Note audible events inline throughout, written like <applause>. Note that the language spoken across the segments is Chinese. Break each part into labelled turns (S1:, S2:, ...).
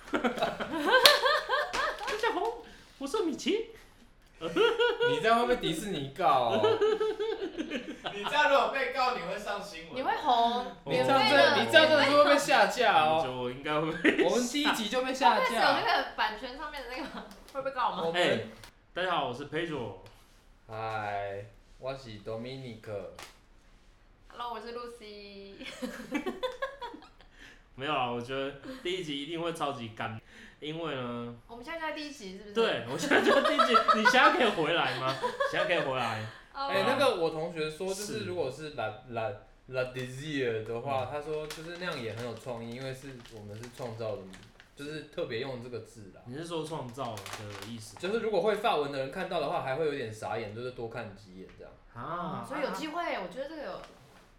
S1: <laughs> 迪士尼告哦，
S2: 你这样如果被告，你会上新闻。
S3: 你会红，
S1: 你这
S3: 免
S1: 样
S3: 费
S1: 真
S3: 的，
S1: 的，你这样真的是会被下架 <laughs>
S4: 我觉
S1: 哦。
S4: 得我应该会。 <laughs>
S1: 我们第一集就被下
S3: 会是有那
S1: 架。
S3: 个版权上面的那个 <laughs> 吗会被告吗？
S1: 我
S4: 哎、
S1: 们
S4: 大家好，我是 Pedro。
S1: 哎嗨，我是 Dominic。
S3: Hello，我是露西。
S4: 没有啊，我觉得第一集一定会超级干，因为呢，
S3: 我们现在在第一集是不是？
S4: 对我现在觉得第一集，你现在可以回来吗？ <laughs> 现在可以回来。
S3: 哦。
S1: 哎、那个我同学说，就是是嗯如果是 La La La Desire 的话，他说就是那样也很有创意，因为是我们是创造的，就是特别用这个字啦。
S4: 你是说创造的意思
S1: 就是如果会发文的人看到的话，还会有点傻眼，就是多看几眼这样。
S4: 啊？
S3: 所以有机会，我觉得这个有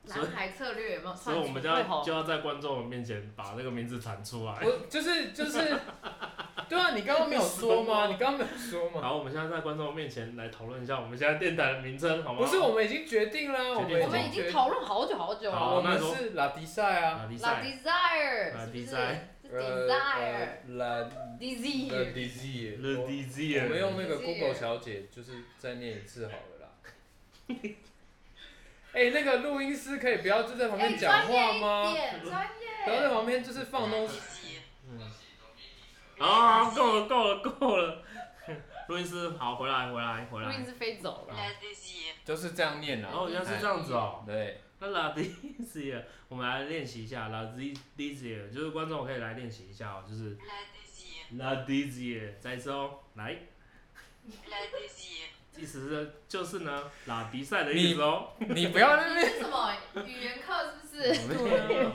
S4: 所以
S3: 蓝海策略有没有？
S4: 所以我们就
S3: 会
S4: 要
S3: 红
S4: 就要在观众面前把那个名字弹出来。
S1: 我就是就是， <laughs> 对啊，你刚刚没有说吗？你刚刚没有说吗？
S4: 好，我们现在在观众面前来讨论一下我们现在电台的名称，好吗？
S1: 不是，我们已经决定啦，
S4: 决定
S1: 们
S3: 我们已经
S1: 决
S3: 讨论好久好久
S4: 好
S3: 了。
S1: 我
S4: 那
S1: 们
S4: 说
S1: 是拉迪赛
S4: 啊，
S1: 啊，
S4: 比
S3: La
S4: 赛
S3: desire，
S4: La
S3: 是不是
S4: Desire
S3: 是
S1: 呃
S3: desire
S1: 呃拉
S3: desire。
S1: Desire，
S4: The
S1: 我
S4: Desire，
S1: 我们用那个
S3: Desire
S1: Google 小姐，就是再念一次好了啦。 <laughs> 哎、那个录音师可以不要呃就在旁边
S3: 哎，
S1: 讲
S3: 专
S1: 话
S3: 业
S1: 吗
S3: 一？点，专
S1: 不要在
S3: 业。
S1: 旁边就是放东西。
S4: 啊，够了够了够了， <laughs> 录音师好，回来回来回
S3: 路易
S4: 来，
S3: 斯飞走了。
S1: <laughs> 就是这样念
S4: 然
S1: 啦。
S4: 后原来是这样子哦、
S1: 对，
S4: 那 La d i z i 我们来练习一下 La d i z i 就是观众可以来练习一下哦、就是 La d i z i 再一次哦、来，意思是就是呢，拉迪赛的意思哦、
S1: 你不要那
S3: 你
S1: <laughs> 边。
S3: 是什么语言课？是不是？
S4: 对啊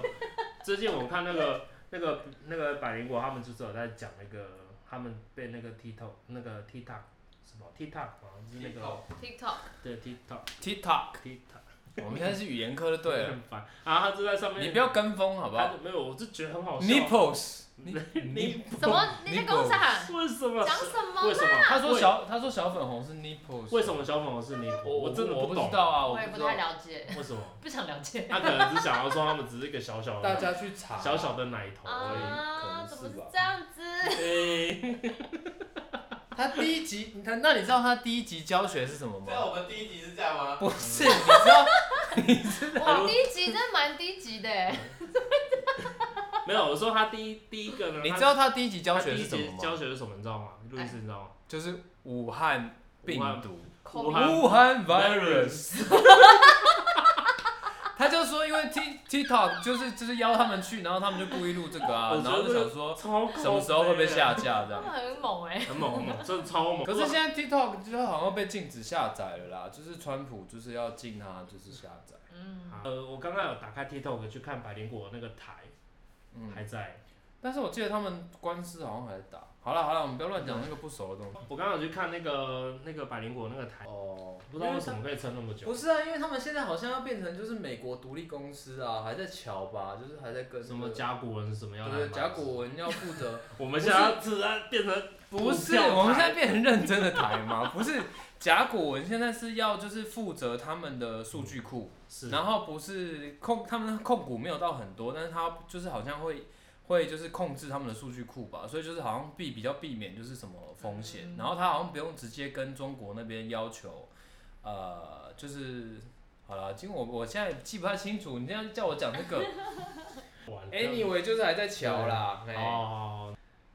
S4: 最近我看那个那个那个百灵果，他们就是有在讲那个他们被那个 TikTok 那个 TikTok 什么 TikTok 好像是那个
S3: TikTok
S4: 对 TikTok
S1: TikTok，
S4: TikTok
S1: 我们现在是语言科就对 <laughs> 了
S4: 很，烦，然后他就在上面，
S1: 你不要跟风好不
S4: 他
S1: 好
S4: 就没有，我就觉得很好笑。
S1: <laughs> ？Nipples，
S4: 你
S3: 什么？你在跟我讲
S4: 为什么？
S3: 讲什么
S4: 为什么？
S1: <laughs> 他说小他说小粉红是 Nipples，
S4: 为什么小粉红是你？
S1: 我
S4: 我真的
S1: 我不
S4: 懂
S1: 知，道啊，
S3: 我也
S1: 不
S3: 不
S1: 知
S3: 太
S1: 道。
S3: 了解， <laughs>
S4: 为什么？
S3: 不想了解。
S4: 他可能只想要说他们只是一个小小
S1: 大
S4: 的
S1: 家去查
S4: 小小的奶头而已。
S3: 啊，
S1: 可能是吧
S3: 怎么是这样子？
S4: 诶
S1: <laughs> 他第一集，他那你知道他第一集教学是什么
S2: 这样
S1: 吗？
S2: 我们第一集是这样吗？啊
S1: 不是，你知
S4: <laughs>
S1: 道
S3: 哇，第一集真的蛮低级的耶，
S4: 没有，我说他第一第一个呢，
S1: 你
S4: 他
S1: 知道他第一集教
S4: 他
S1: 学
S4: 第一
S1: 是什
S4: 节
S1: 么
S4: 教
S1: 吗？
S4: 学是什么？你知道吗？路易斯，你知道吗？
S1: 就是武汉病毒，
S3: 口
S4: 武
S3: 鼻
S4: 汉
S1: 武汉 virus。他就说，因为 T TikTok 就是就是邀他们去，然后他们就故意录这个啊
S4: 我，
S1: 然后就
S4: 觉得
S1: 想说
S4: 超
S1: 什么时候会被下架这
S3: 他
S1: 样
S3: 们。很猛哎。
S4: 很猛很猛，真的超
S1: <laughs>
S4: 猛。
S1: 可是现在 TikTok 就是好像被禁止下载了啦，就是川普就是要禁它，就是下载。
S3: 嗯，
S4: 呃，我刚刚有打开 TikTok 去看百灵果那个台
S1: 嗯，
S4: 还在，
S1: 但是我记得他们官司好像还在打。好了好了，我们不要乱讲那个不熟的东西。
S4: 我刚刚有去看那个那个百灵果那个台，
S1: 哦，
S4: 不知道为什么可以撑那么久
S1: 不。是啊，因为他们现在好像要变成就是美国独立公司啊，还在瞧吧，就是还在跟、
S4: 什么？甲骨文是什么样
S1: 对
S4: 的？
S1: 对，甲骨文要负 <laughs> 责。
S4: 我们现在要自然变成
S1: 不是，我们现在变成认真的台吗？不是，甲骨文现在是要就是负责他们的数据库，
S4: 是
S1: 然后不是控他们的控股没有到很多，但是他就是好像会会就是控制他们的数据库吧，所以就是好像避比较避免就是什么风险，
S4: 嗯
S1: 然后他好像不用直接跟中国那边要求，呃，就是好了，因为我我现在记不太清楚，你这样叫我讲这个
S4: <laughs> 完了
S1: ，anyway 就是还在瞧啦，哎，
S4: 哦，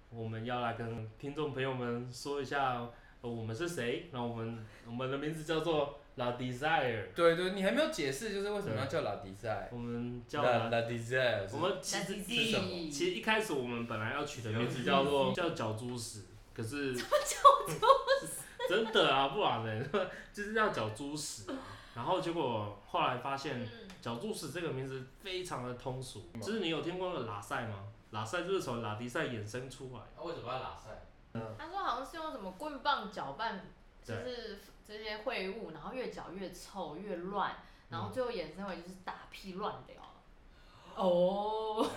S4: 我们要来跟听众朋友们说一下，呃我们是谁？那我们我们的名字叫做 La Desire，
S1: 对对，你还没有解释就是为什么要叫拉迪赛，
S4: 我们叫
S1: 拉
S4: La，
S1: 拉迪赛，
S4: 我们其实
S1: 是什么
S4: 其实一开始我们本来要取的名字叫做叫脚猪屎，可是什么脚猪屎？真的啊，不然呢， <laughs> 就是叫脚猪屎啊。然后结果后来发现。
S3: 嗯
S4: 角柱史这个名字非常的通俗，就是你有听过那个拉塞吗？拉塞就是从拉迪塞衍生出来的。
S2: 那为什么要拉塞？
S3: 他说好像是用什么棍棒搅拌，就是这些秽物，然后越搅越臭越乱，然后最后衍生为就是大屁乱聊。哦，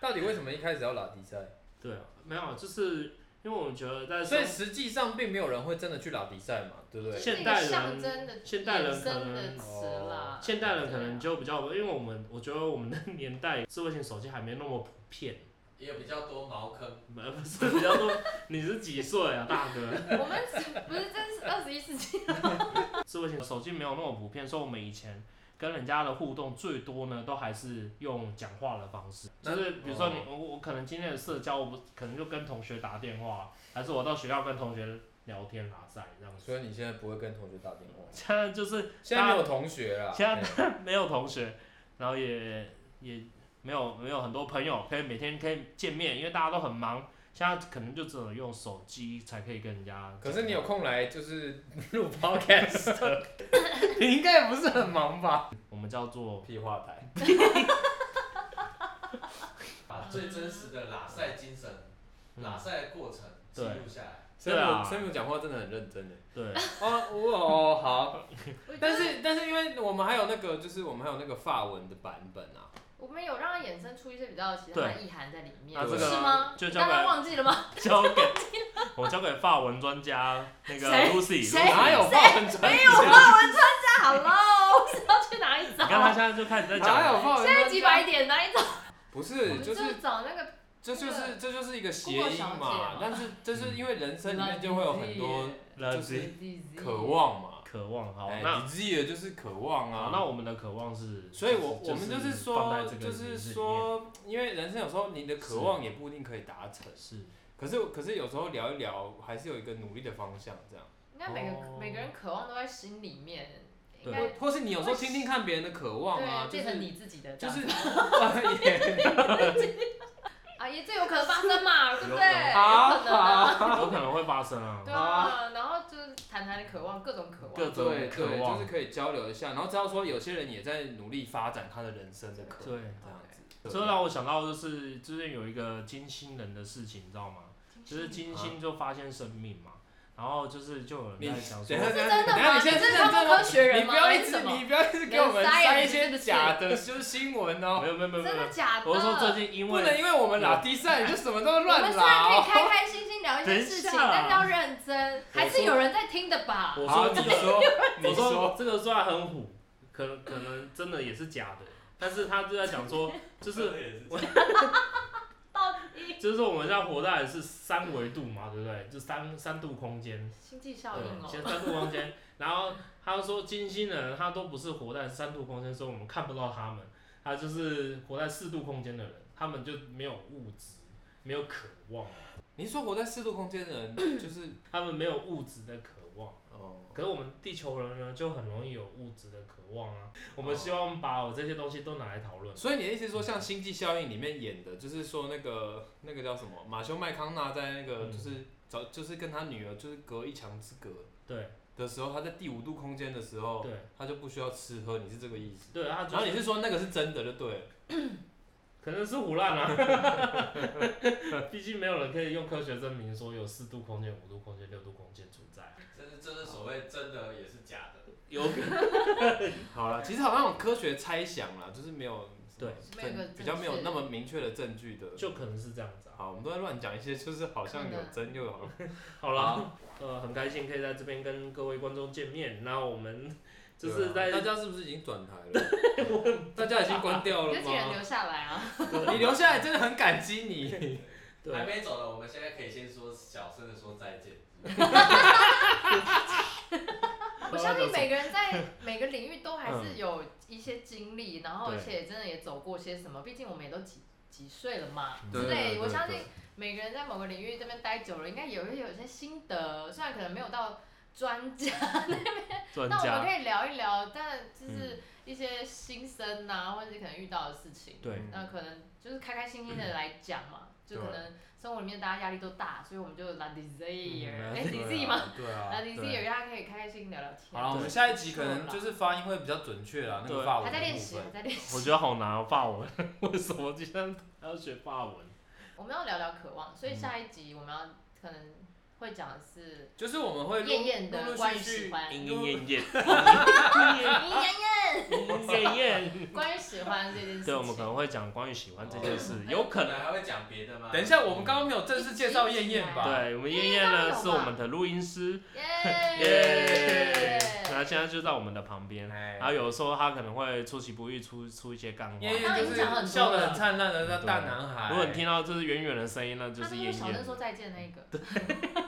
S1: 到底为什么一开始要拉迪赛？
S4: 对啊，没有，就是因为我们觉得在
S1: 所以
S4: 生
S1: 实际上并没有人会真的去拉迪赛嘛，对不
S3: 这
S1: 对？
S3: 是一个象征的
S4: 现代人哦
S3: 衍生的词啦。
S4: 现代人可能就比较，因为我们我觉得我们的年代智慧型手机还没那么普遍，
S2: 也有比较多茅坑。
S4: 呃不是比较多。你是几岁啊，大哥？
S3: 我们不是这是二十一世纪，
S4: 智慧型手机没有那么普遍，所以我们以前跟人家的互动最多呢，都还是用讲话的方式，就
S1: 那
S4: 是比如
S1: 哦
S4: 说你、我我可能今天的社交，我不可能就跟同学打电话，还是我到学校跟同学聊天拉塞这样子。
S1: 所以你现在不会跟同学打电话？
S4: <laughs> 现在就是 <laughs>
S1: 现在没有同学啦。
S4: 现在
S1: 哎
S4: 没有同学，然后也也没有没有很多朋友可以每天可以见面，因为大家都很忙，现在可能就只能用手机才可以跟人家。
S1: 可是
S4: <laughs>
S1: 你有，空来就是录 podcast，你应该也不是很忙吧？
S4: 我们叫做
S1: <laughs> 屁话台，
S2: 把最真实的拉塞精神、
S4: 嗯
S2: 拉塞的过程记录下来。
S1: 所以
S4: 对啊
S1: 我所以我讲话真的很认真的。
S4: 对，
S1: 哦，我哦
S3: <laughs>
S1: 好，
S3: 我觉得
S1: 但是但是因为我们还有那个就是我们还有那个法文的版本啊，
S3: 我们有让它衍生出一些比较其他的
S4: 对
S3: 意涵在里面，
S4: 那
S1: 这个
S3: 是吗？
S4: 就
S3: 你
S4: 交
S3: 刚
S4: 给
S3: 刚忘记了吗？
S4: 交给我交给法文专家那个
S3: 谁
S4: Lucy，
S3: 谁
S4: Lucy
S1: 哪有法文专
S3: 哎没有啊
S1: 家？
S3: 法文专家，好喽，我是要去哪里
S4: 你看他
S3: 找？
S4: 现在就开始在
S1: 哪
S4: 讲，
S1: 有法文
S3: 现
S1: 专家？
S3: 在几百点哪里找？
S1: 不
S3: 我
S1: 是
S3: 们
S1: 就
S3: 就是是找那个
S1: 这就是这就是一个谐
S3: Google
S1: 音
S3: 小姐
S1: 嘛
S3: 嘛，嗯
S1: 但是这是因为人生里面就会有很多
S4: 了
S1: 就是
S4: 解
S1: 渴望嘛，
S4: 渴望。
S3: 嗯
S4: 好，
S1: 哎
S4: 那
S1: desire 就是渴望
S4: 好
S3: 哦
S1: 啊，，
S4: 那我们的渴望是，
S1: 所以我我们
S4: 就
S1: 就是
S4: 放
S1: 说
S4: 在这，个
S1: 就是
S4: 名字里面，
S1: 说，因为人生有时候你的
S4: 是
S1: 渴望也不一定可以达成，
S4: 是
S1: 可是可是有时候聊一聊，还是有一个努力的方向这样，
S3: 应该每个、
S4: 哦
S3: 每个人渴望都在心里面，应
S4: 对
S3: 该
S1: 或或是你有时候听听看别人的渴望啊，
S3: 对
S1: 就
S3: 变成
S1: 是
S3: 你自己的
S1: 就
S3: 答案，
S1: 是也
S3: 啊，也这有可能发生嘛，对不对？有
S1: 好
S3: 可能啊，
S4: <laughs> 有可能会发生啊，
S3: 对啊，然后就是谈谈渴望，各种渴望，
S4: 各种
S1: 对
S4: 渴
S1: 对，
S4: 望
S1: 就是可以交流一下，然后知道说有些人也在努力发展他的人生的渴望
S4: 对
S1: 这样子。
S4: 这让我想到就是之前有一个金星人的事情，你知道吗？就是金星就发现生命嘛，然后就是就有
S1: 你
S4: 人在想说
S1: 等一，下，等一
S3: 是
S1: 下，
S3: 真的
S1: 等一下，
S3: 吗
S1: 你现在是
S3: 你这是
S1: 认
S3: 他
S1: 真
S3: 们科学人
S1: 你
S3: 吗
S1: 不要
S3: 还
S1: 一
S3: 是
S1: 直
S3: 什，么
S1: 你不要一直给我们
S3: 人
S1: 塞一
S3: science 是
S1: 些
S3: 不是
S1: 假的，就是新闻哦
S4: 没。有没有没有
S3: 真
S4: 没有
S3: 的，假的？
S4: 我是说最近因
S1: 不能
S4: 为啊
S1: 因为我们拉低赛你就什么都
S3: 我们
S1: 乱
S3: 虽然可以
S1: 拉。
S3: 开开心心聊一些事情，
S4: 等一下
S3: 但是要认真，还是有人在听的吧？
S4: 我
S1: 好，
S4: 说
S1: 你
S4: 这个
S1: 说，你
S4: 我
S1: 说，
S4: 说这个虽然很虎，可可能真的也是假的，但是他就在讲说，就是
S2: 是
S4: 我
S3: 到底
S4: 就是说我们现在活在的是三维度嘛，对不对？就三三度空间，
S3: 星际效应
S4: 对，
S3: 哦，
S4: 先三度空间。然后他说金星人他都不是活在三度空间，所以我们看不到他们，他就是活在四度空间的人，他们就没有物质，没有渴望，
S1: 你说活在四度空间的人
S4: <coughs>
S1: 就是
S4: 他们没有物质的渴望。
S1: 哦，
S4: 可是我们地球人呢，就很容易有物质的渴望啊。我们希望把我这些东西都拿来讨论。
S1: 所以你的意思是说，像《星际效应》里面演的，就是说那个那个叫什么马修麦康纳在那个
S4: 嗯
S1: 就是找就是跟他女儿就是隔一墙之隔
S4: 对
S1: 的时候，他在第五度空间的时候，
S4: 对
S1: 他就不需要吃喝，你是这个意思？
S4: 对，他就
S1: 然后
S4: 是
S1: 你是说那个是真的就对了。
S4: 可能是胡乱啊， <laughs> 毕竟没有人可以用科学证明说有四度空间、五度空间、六度空间存在。
S2: 这是这是所谓真的也是假的。
S4: 有可能嗯
S1: 好了，其实好像有科学猜想啦，就是没有
S4: 对
S1: 什么
S3: 没有一个
S1: 证比较
S3: 正
S1: 没有
S3: 确
S1: 那么明确的证据的。
S4: 就可能是这样子啊。
S1: 好，我们都在乱讲一些，就是好像有真又 <laughs> 好啊像
S4: 好啦，呃，很开心可以在这边跟各位观众见面。那我们就是在、
S1: 对啊大家是不是已经转台 <laughs> 了？大家已经关掉了
S3: 有几人
S1: 吗？
S3: 留下来啊？
S1: 你留下来真的很感激你。
S4: 对
S2: 还没走的，我们现在可以先说小声的说再见。
S3: 我相信每个人在 <laughs> 每个领域都还是有一些经历，然
S1: 嗯
S3: 后而且真的也走过些什么，毕竟我们也都几几岁了嘛
S1: 对
S3: 之
S1: 对对
S3: 类。
S1: 对
S3: 我相信
S1: 对
S3: 每个人在某个领域这边待久了，应该也会有一些心得，虽然可能没有到专家，
S4: 专
S3: 但我们
S4: 家
S3: 可以聊一聊，但
S1: 嗯
S3: 就是一些心声呐、或者是可能遇到的事情，
S4: 对
S3: 那可能就是开开心心的来讲嘛，就可
S1: 嗯对
S3: 能生活里面大家压力都大，所以我们就 la desire，
S4: 嗯
S3: 哎
S1: 对啊
S3: desire 吗？？
S1: 对啊
S3: la。desire 大家可以开开心心聊聊天。
S1: 好了，我们下一集可能就是发音会比较准确啦，那个
S4: 对
S1: 发文
S3: 还在
S1: 的
S3: 练
S1: 部
S3: 习，还
S1: 分。
S3: 在练习。
S4: 我觉得好难哦，法文。 <laughs> 为什么今天还要学法文？
S3: 我们要聊聊渴望，
S1: 嗯
S3: 所以下一集我们要可能会讲的是
S1: 就是我们会陆
S3: 艳艳的
S1: 陆陆
S3: 关
S1: 续
S3: 于喜
S1: 续
S3: 欢，
S4: 艳
S3: 艳
S4: 艳艳艳 <laughs>
S3: 艳
S4: 艳艳。
S3: <laughs> 关于喜欢这件事情。
S4: 对，我们可能会讲关于喜欢这件事，
S3: 哦
S4: 有可能。
S2: 能还会讲别的吗？
S1: 等一下，我们刚刚没有正式介绍燕燕吧？
S4: 对我们燕燕
S3: 应该
S4: 呢
S3: 都有
S4: 是我们的录音师，
S1: <laughs>
S4: 耶
S3: 耶！！
S4: 那现在就在我们的旁边，
S1: 哎
S4: 然后有时候他可能会出其不意出出一些干话。
S1: 燕
S4: 如
S1: 燕就是笑得很灿烂的那
S4: 对
S1: 大男孩。
S4: 果你听到就是远远的声音，那就
S3: 他
S4: 是
S3: 就是
S4: 燕
S3: 小
S4: 燕
S3: 声。说再见那一个，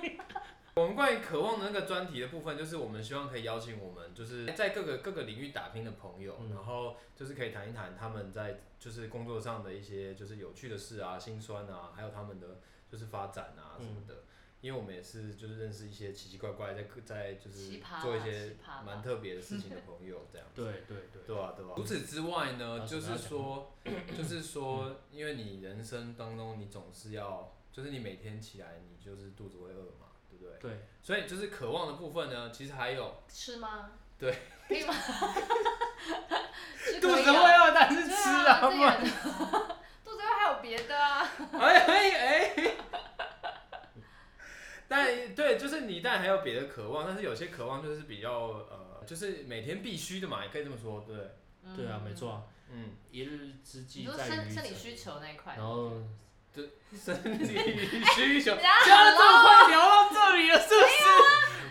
S1: 我们关于渴望的那个专题的部分，就是我们希望可以邀请我们就是在各个各个领域打拼的朋友，
S4: 嗯
S1: 然后就是可以谈一谈他们在就是工作上的一些就是有趣的事啊、辛酸啊，还有他们的就是发展啊什么的。因为我们也是就是认识一些奇奇怪怪在各在就是
S3: 奇葩啦
S1: 做一些
S3: 奇葩啦
S1: 蛮特别的事情的朋友这样。
S3: <laughs>
S4: 对对对，
S1: 对啊，对啊。除此之外呢，
S4: 啊
S1: 就
S4: 什么
S1: 是 <coughs> 说，就是说，因为你人生当中，你总是要，就是你每天起来，你就是肚子会饿嘛，对不对？
S4: 对，
S1: 所以就是渴望的部分呢，其实还有
S3: 吃吗？
S1: 对，
S3: 可以吗？ <laughs>
S1: <laughs> 肚子会饿，但是
S3: 对
S1: 吃
S3: 啊，
S1: 啊，
S3: 这
S1: 不
S3: 也
S1: 然，
S3: <laughs> 肚子饿还有别的啊。
S1: <laughs> 哎哎哎。 <laughs> 但对，就是你，但还有别的渴望，但是有些渴望就是比较呃，就是每天必须的嘛，也可以这么说，对不对？
S4: <laughs> 对啊，
S3: 嗯
S4: 没错、。啊，
S1: 嗯，
S4: 一日之
S3: 你
S4: 计
S3: 说
S4: 在
S3: 生
S4: 于
S3: 生理
S4: 晨
S3: 需，求那一块，
S4: 然后
S1: 身 <laughs> 体需求，
S3: 等
S1: <laughs>
S3: 一下
S1: 这样这么
S3: hello
S1: 快聊到这里了，是不是？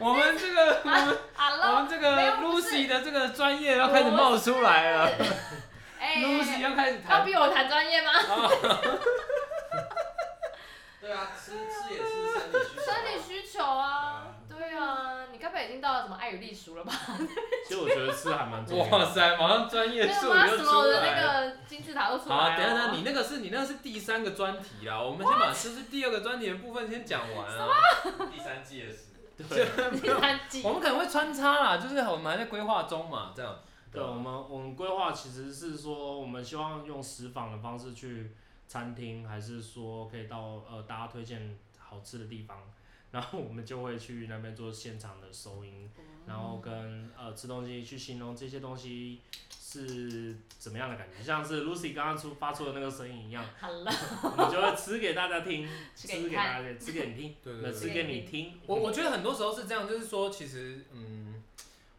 S1: 我们这个，我们我
S3: ，Hello，
S1: 们这
S3: 没
S1: 个
S3: 有不是
S1: Lucy 的这个专业要开始冒出来了
S3: 哎
S1: ，Lucy
S3: 哎，
S1: 要开始
S3: 要
S1: 谈
S3: 逼我谈专业
S1: <laughs>
S3: 吗？
S2: 对啊，吃吃也是生理需求啊。
S3: 生理需求啊，
S1: 嗯
S3: 对啊，你该不会已经到了什么爱与隶属了吧？
S4: 其实我觉得吃还蛮重要的。
S1: 哇塞，马上专业
S3: 那个
S1: 术
S3: 吗？
S1: 语就
S3: 什
S1: 出
S3: 么的
S1: 来了。
S3: 那个金字塔都出来哦
S1: 好
S3: 了。
S1: 啊，等一下，等一下，你那个是你那个是第三个专题啦，我们先把这是第二个专题的部分先讲完啊。
S2: 第三季也是。
S4: 对
S3: <laughs> 第三季
S1: <laughs> 我们可能会穿插啦，就是我们还在规划中嘛，这样。
S4: 对，啊我们我们规划其实是说，我们希望用食访的方式去餐厅，还是说可以到呃大家推荐好吃的地方， <laughs> 然后我们就会去那边做现场的收银，然后跟呃吃东西去形容这些东西是怎么样的感觉，像是 Lucy 刚刚出发出的那个声音一样，
S3: Hello，
S4: 我们就会吃给大家听，
S3: 吃
S4: 吃
S3: 给你
S4: 给
S3: 看
S4: 大家吃给你听，
S1: 对 <laughs> 对
S4: 那
S1: 对
S4: 吃
S1: 对。
S4: 给你听，
S1: 我我觉得很多时候是这样，就是说，其实嗯，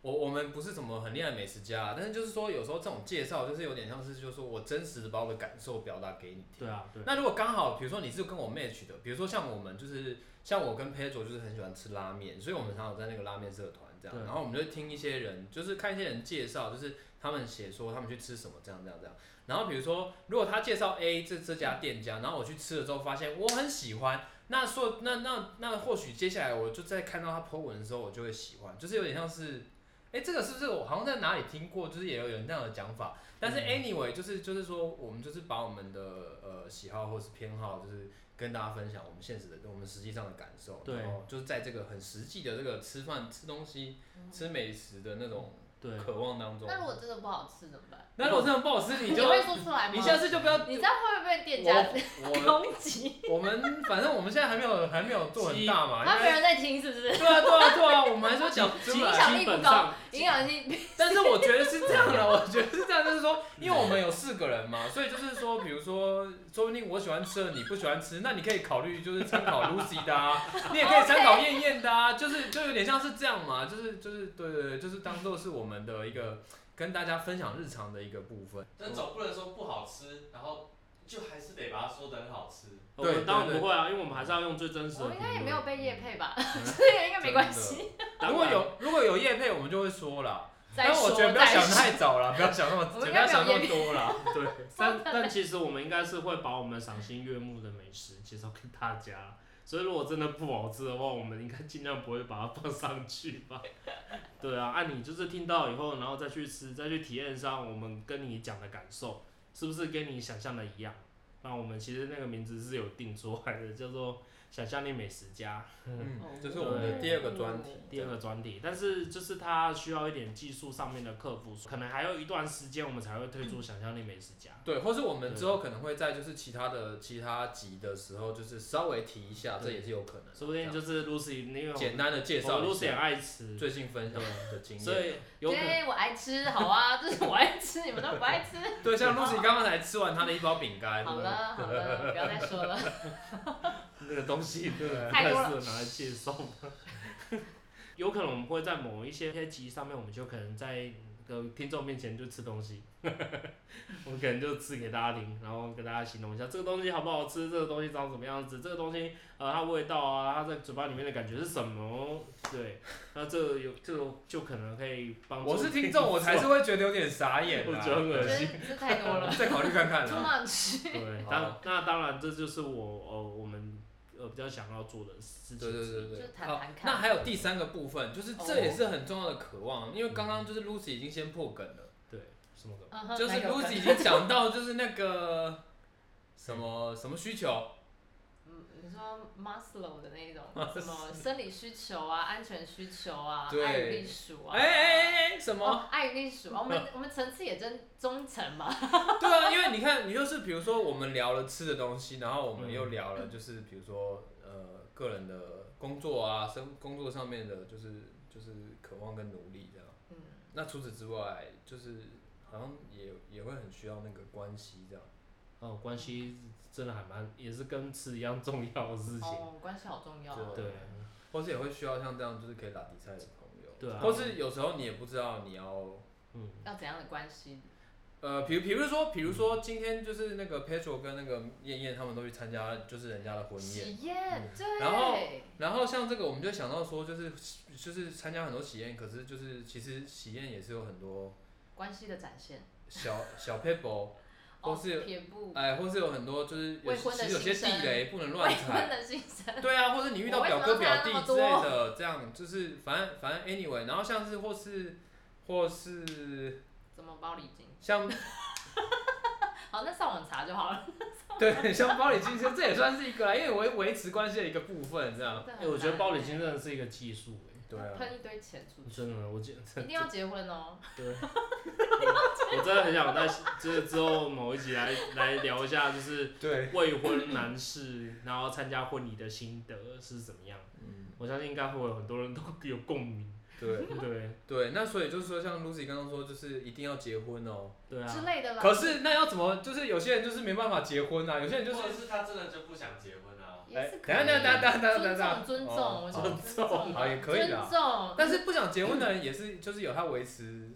S1: 我我们不是什么很厉害的美食家，但是就是说，有时候这种介绍就是有点像是，就是说我真实的把我的感受表达给你听。
S4: 对啊对，
S1: 那如果刚好，比如说你是跟我 match 的，比如说像我们就是像我跟 Pedro 就是很喜欢吃拉面，所以我们常常有在那个拉面社团这样，
S4: 对
S1: 然后我们就听一些人，就是看一些人介绍，就是他们写说他们去吃什么这样这样这样。然后比如说，如果他介绍 A 这这家店家，然后我去吃了之后发现我很喜欢，那说那那那或许接下来我就在看到他 po 文的时候，我就会喜欢，就是有点像是，哎、这个是不是我好像在哪里听过，就是也有人那样的讲法。但是 anyway，就是就是说，我们就是把我们的呃喜好或是偏好，就是跟大家分享我们现实的、我们实际上的感受，
S4: 对
S1: 然后就是在这个很实际的这个吃饭、吃东西、吃美食的那种
S4: 对
S1: 渴望当中
S3: 那。如果真的不好吃怎么办？
S1: 那如果真的不好吃，你就
S3: 会说出来吗？
S1: 你下次就不
S3: <laughs>
S1: 要。
S3: 你这样会不会被店家
S1: 我
S3: 攻击？
S1: 我们反正我们现在还没有还没有做很大嘛，
S3: 他
S1: 因
S3: 没
S1: 为
S3: 人在听是不是？
S1: 对啊对啊对啊，我们还是要讲出
S3: 影 <laughs>
S1: 来。
S3: 响力
S4: 基
S3: 不
S4: 本
S3: 高
S4: 上，
S3: 影响力
S1: 但是我觉得是这样
S3: <laughs>
S1: 的，我觉得是这样，就是说，因为我们有四个人嘛，所以就是说，比如说，说不定我喜欢吃的你不喜欢吃，那你可以考虑就是参考 Lucy 的
S3: <laughs>
S1: 啊，你也可以参考燕燕的啊，就是就有点像是这样嘛，就是就是对对对，就是当做是我们的一个跟大家分享日常的一个部分。
S2: 但总不能说不好吃，然后就还是得把它说的很好吃。
S4: 呃我们
S1: 对
S4: 当
S1: 对
S4: 然
S1: 对
S4: 不会啊，因为我们还是要用最真实
S3: 我
S4: 的。
S3: 哦们应该也没有被夜，配吧，
S1: 嗯
S3: <laughs> 这个应该没关系。
S1: 如果有如果有叶配，我们就会说啦，
S3: 再
S1: <laughs> 但
S3: 说
S1: 我觉得不要
S3: 再
S1: 想 <laughs>
S3: 说，
S1: 太早了，不要
S3: <laughs>
S1: 想那么，
S3: 我
S1: 不
S3: 们应
S1: 要
S3: 该没有
S1: 想那
S3: 业
S1: 么
S3: 配
S1: 多啦。
S4: 对，
S1: <laughs>
S4: 但但其实我们应该是会把我们赏心悦目的美食介绍给大家，所以如果真的不好吃的话，我们应该尽量不会把它放上去
S1: <laughs>
S4: 吧。对啊，按、你就是听到以后，然后再去吃，再去体验上我们跟你讲的感受，是不是跟你想象的一样？那我们其实那个名字是有定出来的，叫做“想象力美食家”。
S1: 嗯，这是我们的第二个专题，
S4: 第二个专题，但是就是它需要一点技术上面的克服，可能还有一段时间我们才会推出想象力美食家。
S1: 对，或是我们之后可能会在就是其他的其他集的时候，就是稍微提一下，这
S4: 对
S1: 也是有可能的。
S4: 说不定
S1: 这样
S4: 就是 Lucy，因为我
S1: 简单的介
S4: 我
S1: 绍一
S4: Lucy 也
S1: 下
S4: 爱吃，
S1: 最近分享的经
S4: 所
S1: 验。
S4: 以有可能
S3: 对，我爱吃，好啊，这是我爱吃，你们都不爱
S1: <laughs>
S3: 吃。
S1: 对，像 Lucy 刚刚才吃完她的一包饼干，
S3: 好了好了，不要再说
S1: <laughs>
S3: 了。
S4: 那个东西真的 <laughs>
S3: 太
S4: 太适
S3: 多
S4: 合拿来介绍了。 <laughs> 有可能我们会在某一些集上面，我们就可能在那个听众面前就吃东西， <laughs> 我们可能就吃给大家听，然后跟大家形容一下这个东西好不好吃，这个东西长什么样子，这个东西呃它味道啊，它在嘴巴里面的感觉是什么？对，那这个有这个就可能可以帮
S1: 对
S4: 助。
S1: 我是听众，我才是会觉得有点傻眼
S4: 我
S1: 啦
S4: 觉得很恶
S3: 真
S4: 心。
S3: 是这太多了
S1: <laughs>
S3: <laughs>
S1: 再考虑看看啊 <laughs>
S3: ，too
S1: 啦。
S3: much。
S4: 对，
S1: 好
S4: 当那当然，这就是我呃我们呃比较想要做的事情。
S1: 对对对
S3: 就
S1: 对
S3: 是，谈
S1: 好
S3: 谈看
S1: 那还有第三个部分，就是
S3: 哦
S1: 这也是很重要的渴望，因为刚
S4: 嗯
S1: 刚就是 Lucy 已经先破梗了，
S4: 对什么的，
S3: 嗯哼
S1: 就是
S3: 哪个
S1: Lucy 已经讲到就是那个什么什么需求，
S3: 嗯，你说 Maslow 的那一种，什
S1: <laughs>
S3: 么生理需求啊、安全需求啊、
S1: 对
S3: 爱与隶属啊。
S1: 哎哎哎哎什么？
S3: 哦，爱与隶属啊，我们
S1: <laughs>
S3: 我们层次也真忠诚嘛。
S4: 哦
S1: 对啊，因为你看，你就是比如说我们聊了吃的东西，然后我们
S4: 嗯
S1: 又聊了就是比如说呃个人的工作啊，生工作上面的就是就是渴望跟努力这样。
S3: 嗯，
S1: 那除此之外，就是好像也也会很需要那个关系这样。
S4: 哦，关系真的还蛮也是跟吃一样重要的事情。
S3: 哦，关系好重要啊。
S1: 对
S4: 对，
S1: 或是也会需要像这样，就是可以打比赛的朋友。
S4: 对啊
S1: 或是有时候你也不知道你要，
S4: 嗯，
S3: 要怎样的关系？
S1: 呃，比如比如说，比如
S4: 嗯
S1: 说今天就是那个 Petro 跟那个燕燕他们都去参加就是人家的婚宴，嗯
S3: 喜宴，对。
S1: 然后然后像这个我们就想到说，就是就是参加很多喜宴，可是就是其实喜宴也是有很多
S3: 关系的展现。
S1: 小 <laughs> 小 people，或
S3: 哦、
S1: 是
S3: 撇步，
S1: 哎，或是有很多就是有
S3: 未婚的
S1: 其实有些
S3: 新生
S1: 地雷不能乱
S3: 未婚 <laughs>
S1: 踩。
S3: 的新生，
S1: 对啊，或是你遇到
S3: 我为什
S1: 表
S3: 么
S1: 哥
S3: 要
S1: 表
S3: 参加
S1: 弟
S3: 那么
S1: 之
S3: 多
S1: 类的，这样就是反正反正 anyway，然后像是或是或是
S3: 怎么包礼金？
S1: 像 <laughs>
S3: 好，那上网查就好了。
S1: 对，像包里金生，这也算是一个啦，因为维维持关系的一个部分，这样。
S4: 哎，我觉得包礼金真的是一个技术哎，
S1: 对啊，
S3: <laughs> 喷一堆钱出去，
S4: 真的，我觉得
S3: 一定要结婚哦。
S4: 对， <laughs> 我真的很想在就是之后某一集来来聊一下，就是
S1: 对，
S4: 未婚男士然后参加婚礼的心得是怎么样。
S1: 嗯，
S4: 我相信应该会有很多人都 <laughs> 有共鸣。
S1: 对
S4: 对
S1: 对，那所以就是说，像 Lucy 刚刚说，就是一定要结婚哦。
S4: 对
S3: 之
S4: 啊，
S3: 类的啦。
S1: 可是那要怎么？就是有些人就是没办法结婚啊，有些人就是
S2: 或者是他真的就不想结婚啊？
S3: 也
S1: 哎
S3: 是，可
S1: 等一下等
S3: 以
S1: 一下等一下等一下等一
S3: 尊
S1: 下
S3: 重尊重，
S1: 哦
S3: 我觉得
S1: 好
S3: 尊重啊
S1: 好也可以啦
S3: 尊
S4: 哦
S3: 重，
S1: 但是不想结婚的人也是，就是有他维持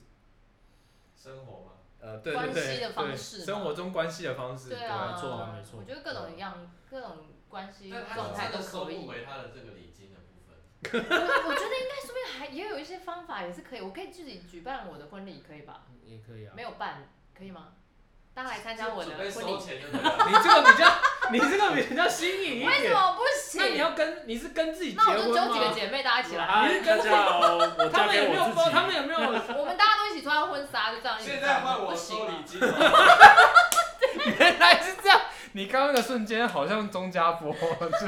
S2: 生活嘛，
S1: 呃，对对
S3: 关
S1: 对，
S3: 系的方式
S1: 对
S3: 嘛
S1: 生活中关系的方式，
S3: 对啊，
S4: 没错啊没错
S3: 我觉得各种样各种关系
S2: 但他
S3: 状态
S2: 真
S3: 都
S2: 的收
S3: 可以。
S2: 不
S3: 我
S2: 回他的这个礼金的部分。
S3: <laughs> 我觉得应该说明还也有一些方法也是可以，我可以自己举办我的婚礼，可以吧？
S4: 也可以啊
S3: 没。有办可以吗？大家来参加我的
S2: 准备
S3: 婚
S2: 收
S3: 礼，
S2: 钱就对了。
S1: 你这个比较，你这个比较新颖一
S3: 为什
S1: 点。
S3: 么不行？
S1: 那你要跟你是跟自己结
S3: 那我
S1: 婚
S3: 就揪几个
S1: 吗？
S3: 姐妹大家一起来，
S4: 嗨，大家好，我嫁
S1: 他们有
S4: 给
S1: 没
S4: 我
S1: 有
S4: 自
S1: 包？他
S4: 己。
S1: 们有没有？ <laughs>
S3: 我们大家都一起穿婚纱，就这样一起
S2: 现在换我
S3: 不行啊
S2: 收
S3: 吗
S2: 礼金了，
S1: 原来是这样。你刚刚那个瞬间好像钟家波，就是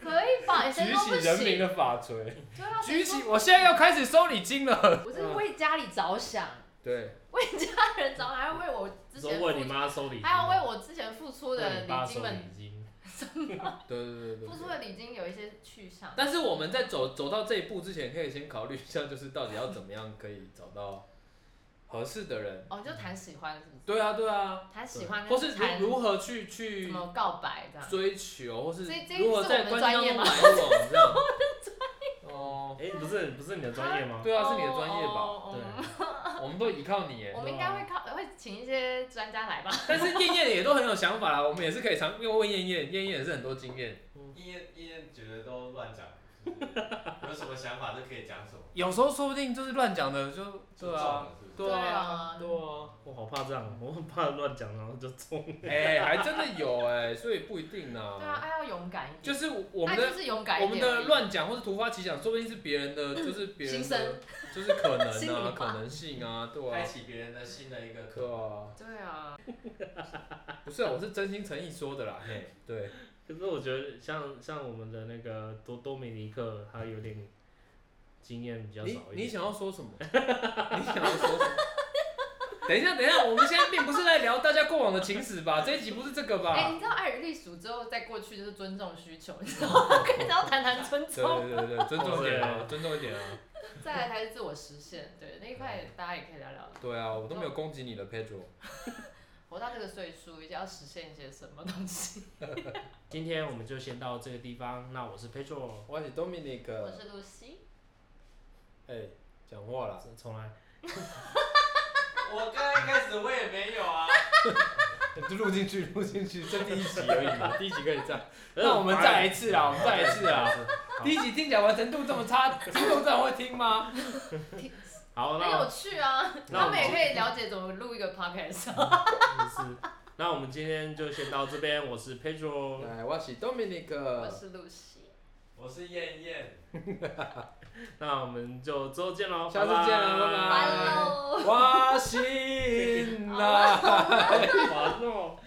S3: 可以
S1: <laughs>
S3: 吧？谁
S1: 举
S3: 都
S1: 起
S3: 不
S1: 人民
S3: 行，
S1: 的法锤，
S3: 对啊，谁
S1: 举
S3: 说 <laughs>
S1: 起！我现在要开始收礼金了。
S3: 我是为家里着想， <laughs>
S1: 对，
S3: 为家人着想，还要为我之
S4: 说
S3: 前
S4: 为你
S3: 付，
S4: 妈收礼金，
S3: 还要为我之前付出
S4: 为
S3: 的
S4: 你爸
S3: 礼金
S4: 收
S3: 们，
S4: 礼金。
S1: 对对对对
S3: 付
S1: 对
S3: 出的礼金有一些去向。
S1: 但是我们在走走到这一步之前，可以先考虑一下，就是到底要怎么样可以找到合适的人。
S3: 哦，就谈喜欢是不是？
S1: 对啊，对啊，
S3: 谈喜欢
S1: 或
S3: 跟
S1: 是
S3: 谈
S1: 如如何去
S3: 怎
S1: 去
S3: 么告白这样。
S1: 追求，或是
S3: 这这
S1: 如何
S3: 是
S1: 在
S3: 我们的
S1: 关系
S3: 专
S1: 当
S3: 业
S1: 中
S3: 吗 <laughs>
S1: 来往这样。哦，
S4: 哎，不是不是你的专业吗？
S1: 对啊，是你的专业吧？
S3: 哦
S4: 对，
S1: 我们都依靠你耶
S3: 我。们应该
S1: <laughs>
S3: 会靠会请一些专家来吧？
S1: 但是燕燕也都很有想法啦，我们也是可以常用问燕燕，燕燕也是很多经验。
S2: 一燕一燕觉得都乱讲，有什么想法都可以讲什么，
S1: 有时候说不定就是乱讲的，就对
S2: 就中
S1: 啊，
S2: 了是不是
S1: 对啊，
S3: 啊
S1: 对啊。
S4: 我好怕这样，我很怕乱讲，然后就中。
S1: 哎、还真的有哎、所以不一定
S3: 对
S1: 啦。
S3: 啊，爱要勇敢一
S1: 哦
S3: 点。
S1: 就是我们
S3: 啊爱就
S1: 的
S3: 是勇敢
S1: 我
S3: 一
S1: 们
S3: 点。嗯
S1: 的乱讲或是突发奇想，说不定是别人的，就是别人
S3: 心声
S1: 的，就是可能
S3: <laughs> 心里
S1: 啊
S3: 话，
S1: 可能性啊，对
S2: 开
S1: 啊，
S2: 启别人的新的一个可
S1: 对啊，
S3: 对啊，
S1: 不是、啊，我是真心诚意说的啦，嘿，对，
S4: 可是我觉得像像我们的那个多多米尼克，他有点经验比较
S1: 你
S4: 少一
S1: 你
S4: 点。
S1: 想要说 <laughs> 什么？你想要说什么？等一下，等一下，我们现在并不是在聊大家过往的情史吧？这一集不是这个吧？
S3: 哎，你知道爱与隶属之后，再过去就是尊重需求，
S1: <laughs>
S3: 你知道吗？可以然后谈谈尊
S1: 对
S3: 重。
S1: 对对对，尊重一点啊，尊重一点啊。
S3: 再来才是自我实现，对那一块也大家也可以聊聊。
S1: 对啊，我都没有攻击你了，Pedro。
S3: 活到这个岁数，一定要实现一些什么东西。
S4: 今天我们就先到这个地方，那我是 Pedro，
S1: 我是 Dominic，
S3: <laughs>
S1: 呃
S3: 我是露西，
S1: 哎、讲话啦。
S4: 重来。
S2: 我刚刚一开始我也没有啊，
S1: 就 <laughs> 录进去，录进去，这第一集而已嘛， <laughs> 第一集可以这样。
S4: 呃
S1: 那我们再来一次啊 <laughs> 啦，我们再来一次啊啦。
S4: <laughs>
S1: 第一集听起来完成度这么差，听众这样会听吗？
S4: 好，
S3: 很
S4: 那我
S1: 哎
S3: 有趣啊！
S4: 那
S3: 他
S4: 我们
S3: 们也可以了解怎么录一个 podcast。
S4: 是那我们今天就先到这边，我是 Pedro，
S1: 来，哎我是 <laughs> Dominic，
S3: 我是露西。
S2: 我是燕燕。
S4: 那我们就之后见喽，
S1: 下次
S4: 拜
S1: 见了，拜
S3: 拜
S1: 拜。
S3: 喽
S1: 我醒 <laughs>
S3: 好
S1: 了。
S4: 拜。完了。